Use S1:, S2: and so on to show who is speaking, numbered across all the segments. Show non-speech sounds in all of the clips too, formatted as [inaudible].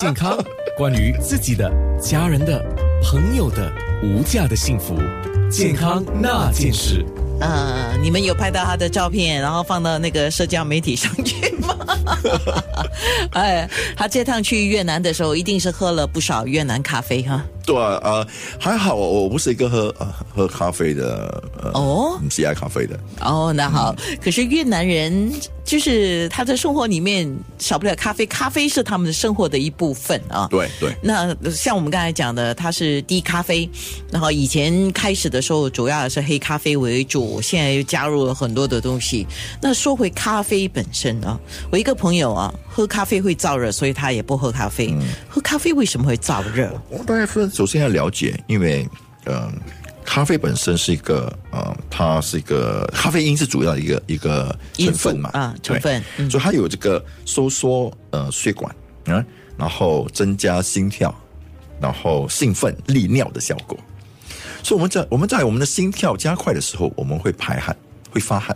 S1: 健康，关于自己的、家人的、朋友的无价的幸福，健康那件事。
S2: 呃，你们有拍到他的照片，然后放到那个社交媒体上去吗？ [laughs] 哎，他这趟去越南的时候，一定是喝了不少越南咖啡哈。
S3: 对啊，呃，还好我我不是一个喝呃喝咖啡的，呃，
S2: 哦
S3: 喜爱咖啡的，
S2: 哦，那好，
S3: 嗯
S2: 可是越南人就是他的生活里面少不了咖啡，咖啡是他们的生活的一部分啊。
S3: 对对
S2: 那像我们刚才讲的，它是低咖啡，然后以前开始的时候主要是黑咖啡为主，现在又加入了很多的东西。那说回咖啡本身啊，我一个朋友啊，喝咖啡会燥热，所以他也不喝咖
S3: 嗯
S2: 啡。喝咖啡为什么会燥热？
S3: 我大概分首先要了解，因为呃，咖啡本身是一个呃，它是一个咖啡因是主要的一个一个成分嘛
S2: 因素啊
S3: 对
S2: 成分嗯
S3: 所以它有这个收缩呃血管，嗯，然后增加心跳，然后兴奋利尿的效果。所以我们在我们在我们的心跳加快的时候，我们会排汗，会发汗，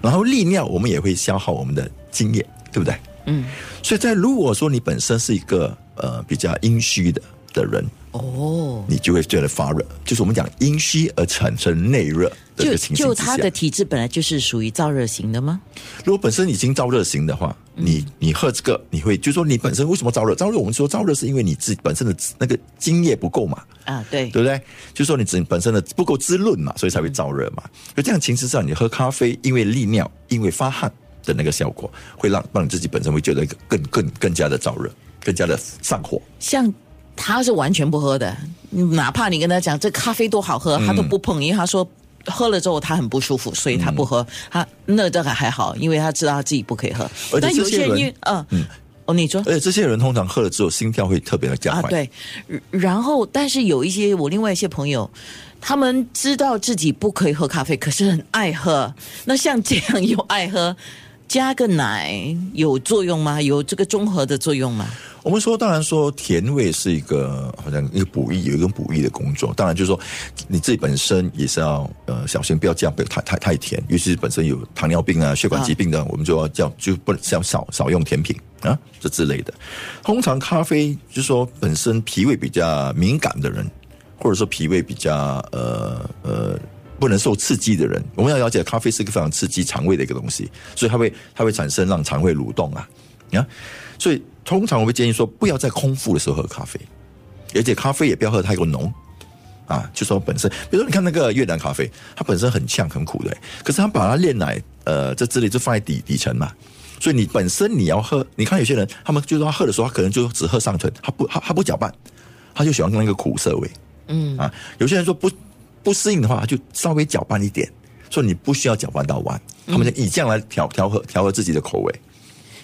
S3: 然后利尿我们也会消耗我们的精液，对不对？
S2: 嗯，
S3: 所以在如果说你本身是一个呃比较阴虚的的人，
S2: 哦，
S3: 你就会觉得发热，就是我们讲阴虚而产生内热的一
S2: 就
S3: 个情形
S2: 就
S3: 之
S2: 他
S3: 下。
S2: 的体质本来就是属于燥热型的吗？
S3: 如果本身已经燥热型的话，你
S2: 嗯
S3: 你喝这个，你会就是说你本身为什么燥热？燥热我们说燥热是因为你自己本身的那个津液不够嘛，
S2: 啊，对，
S3: 对不对？就是说你自己本身的不够滋润嘛，所以才会燥热嘛。就这样情形之下，你喝咖啡，因为利尿，因为发汗的那个效果，会让让你自己本身会觉得更更更加的燥热，更加的上火。
S2: 像他是完全不喝的，哪怕你跟他讲这咖啡多好喝，他都不碰，因为他说。喝了之后他很不舒服，所以他不喝。他那这个还好，因为他知道他自己不可以喝。
S3: 而且
S2: 但有
S3: 这些
S2: 些人
S3: 人
S2: 因为嗯，哦，你说
S3: 而且这些人通常喝了之后，心跳会特别的加
S2: 啊，
S3: 快。
S2: 对。然后，但是有一些我另外一些朋友，他们知道自己不可以喝咖啡，可是很爱喝。那像这样又爱喝，加个奶有作用吗？有这个综合的作用吗？
S3: 我们说，当然说甜味是一个好像一个补益，有一个补益的工作。当然就是说，你自己本身也是要呃小心，不要这样，不要太太太甜。尤其是本身有糖尿病啊、血管疾病的，我们就要叫就不能要少少用甜品啊这之类的。通常咖啡就是说本身脾胃比较敏感的人，或者说脾胃比较呃呃不能受刺激的人，我们要了解咖啡是一个非常刺激肠胃的一个东西，所以它会它会产生让肠胃蠕动啊，啊，所以通常我会建议说不要在空腹的时候喝咖啡，而且咖啡也不要喝太过浓。啊，就说本身，比如说你看那个越南咖啡，它本身很呛很苦的欸，可是它把它炼奶，呃，这之类就放在底底层嘛，所以你本身你要喝，你看有些人他们就是他喝的时候，他可能就只喝上唇，他不他他不搅拌，他就喜欢那个苦涩味，嗯啊，有些人说不不适应的话，他就稍微搅拌一点，所以你不需要搅拌到完，他们就以这样来调调和调和自己的口味，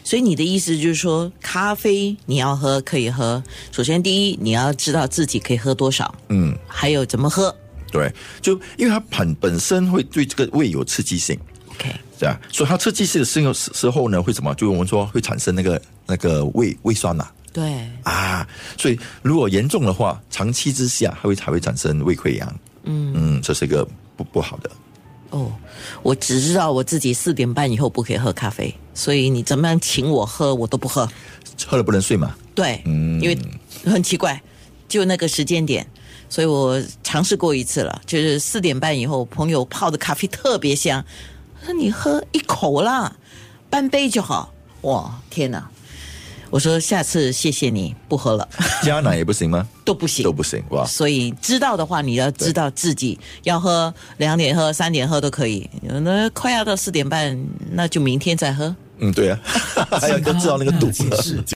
S2: 所以你的意思就是说，咖啡你要喝可以喝，首先第一你要知道自己可以喝多少，
S3: 嗯。
S2: 还有怎么喝。
S3: 对，就因为它本本身会对这个胃有刺激性，
S2: OK，
S3: 对啊，所以它刺激性的时候时候呢，会什么？就我们说会产生那个那个胃胃酸呐
S2: 对，
S3: 啊所以如果严重的话，长期之下还会还会产生胃溃疡，嗯嗯，这是一个不不好的。
S2: 哦，我只知道我自己四点半以后不可以喝咖啡，所以你怎么样请我喝，我都不喝。
S3: 喝了不能睡嘛？
S2: 对，
S3: 嗯
S2: 因为很奇怪，就那个时间点，所以我尝试过一次了，就是四点半以后，朋友泡的咖啡特别香，我说你喝一口啦，半杯就好。哇，天哪！我说下次谢谢你，不喝了 [laughs]
S3: 加奶也不行吗？
S2: 都不行，
S3: 都不啊行哇！
S2: 所以知道的话，你要知道自己要喝两点喝、三点喝都可以。那快要到四点半，那就明天再喝。
S3: [laughs] 嗯，对啊，还要知道那个度。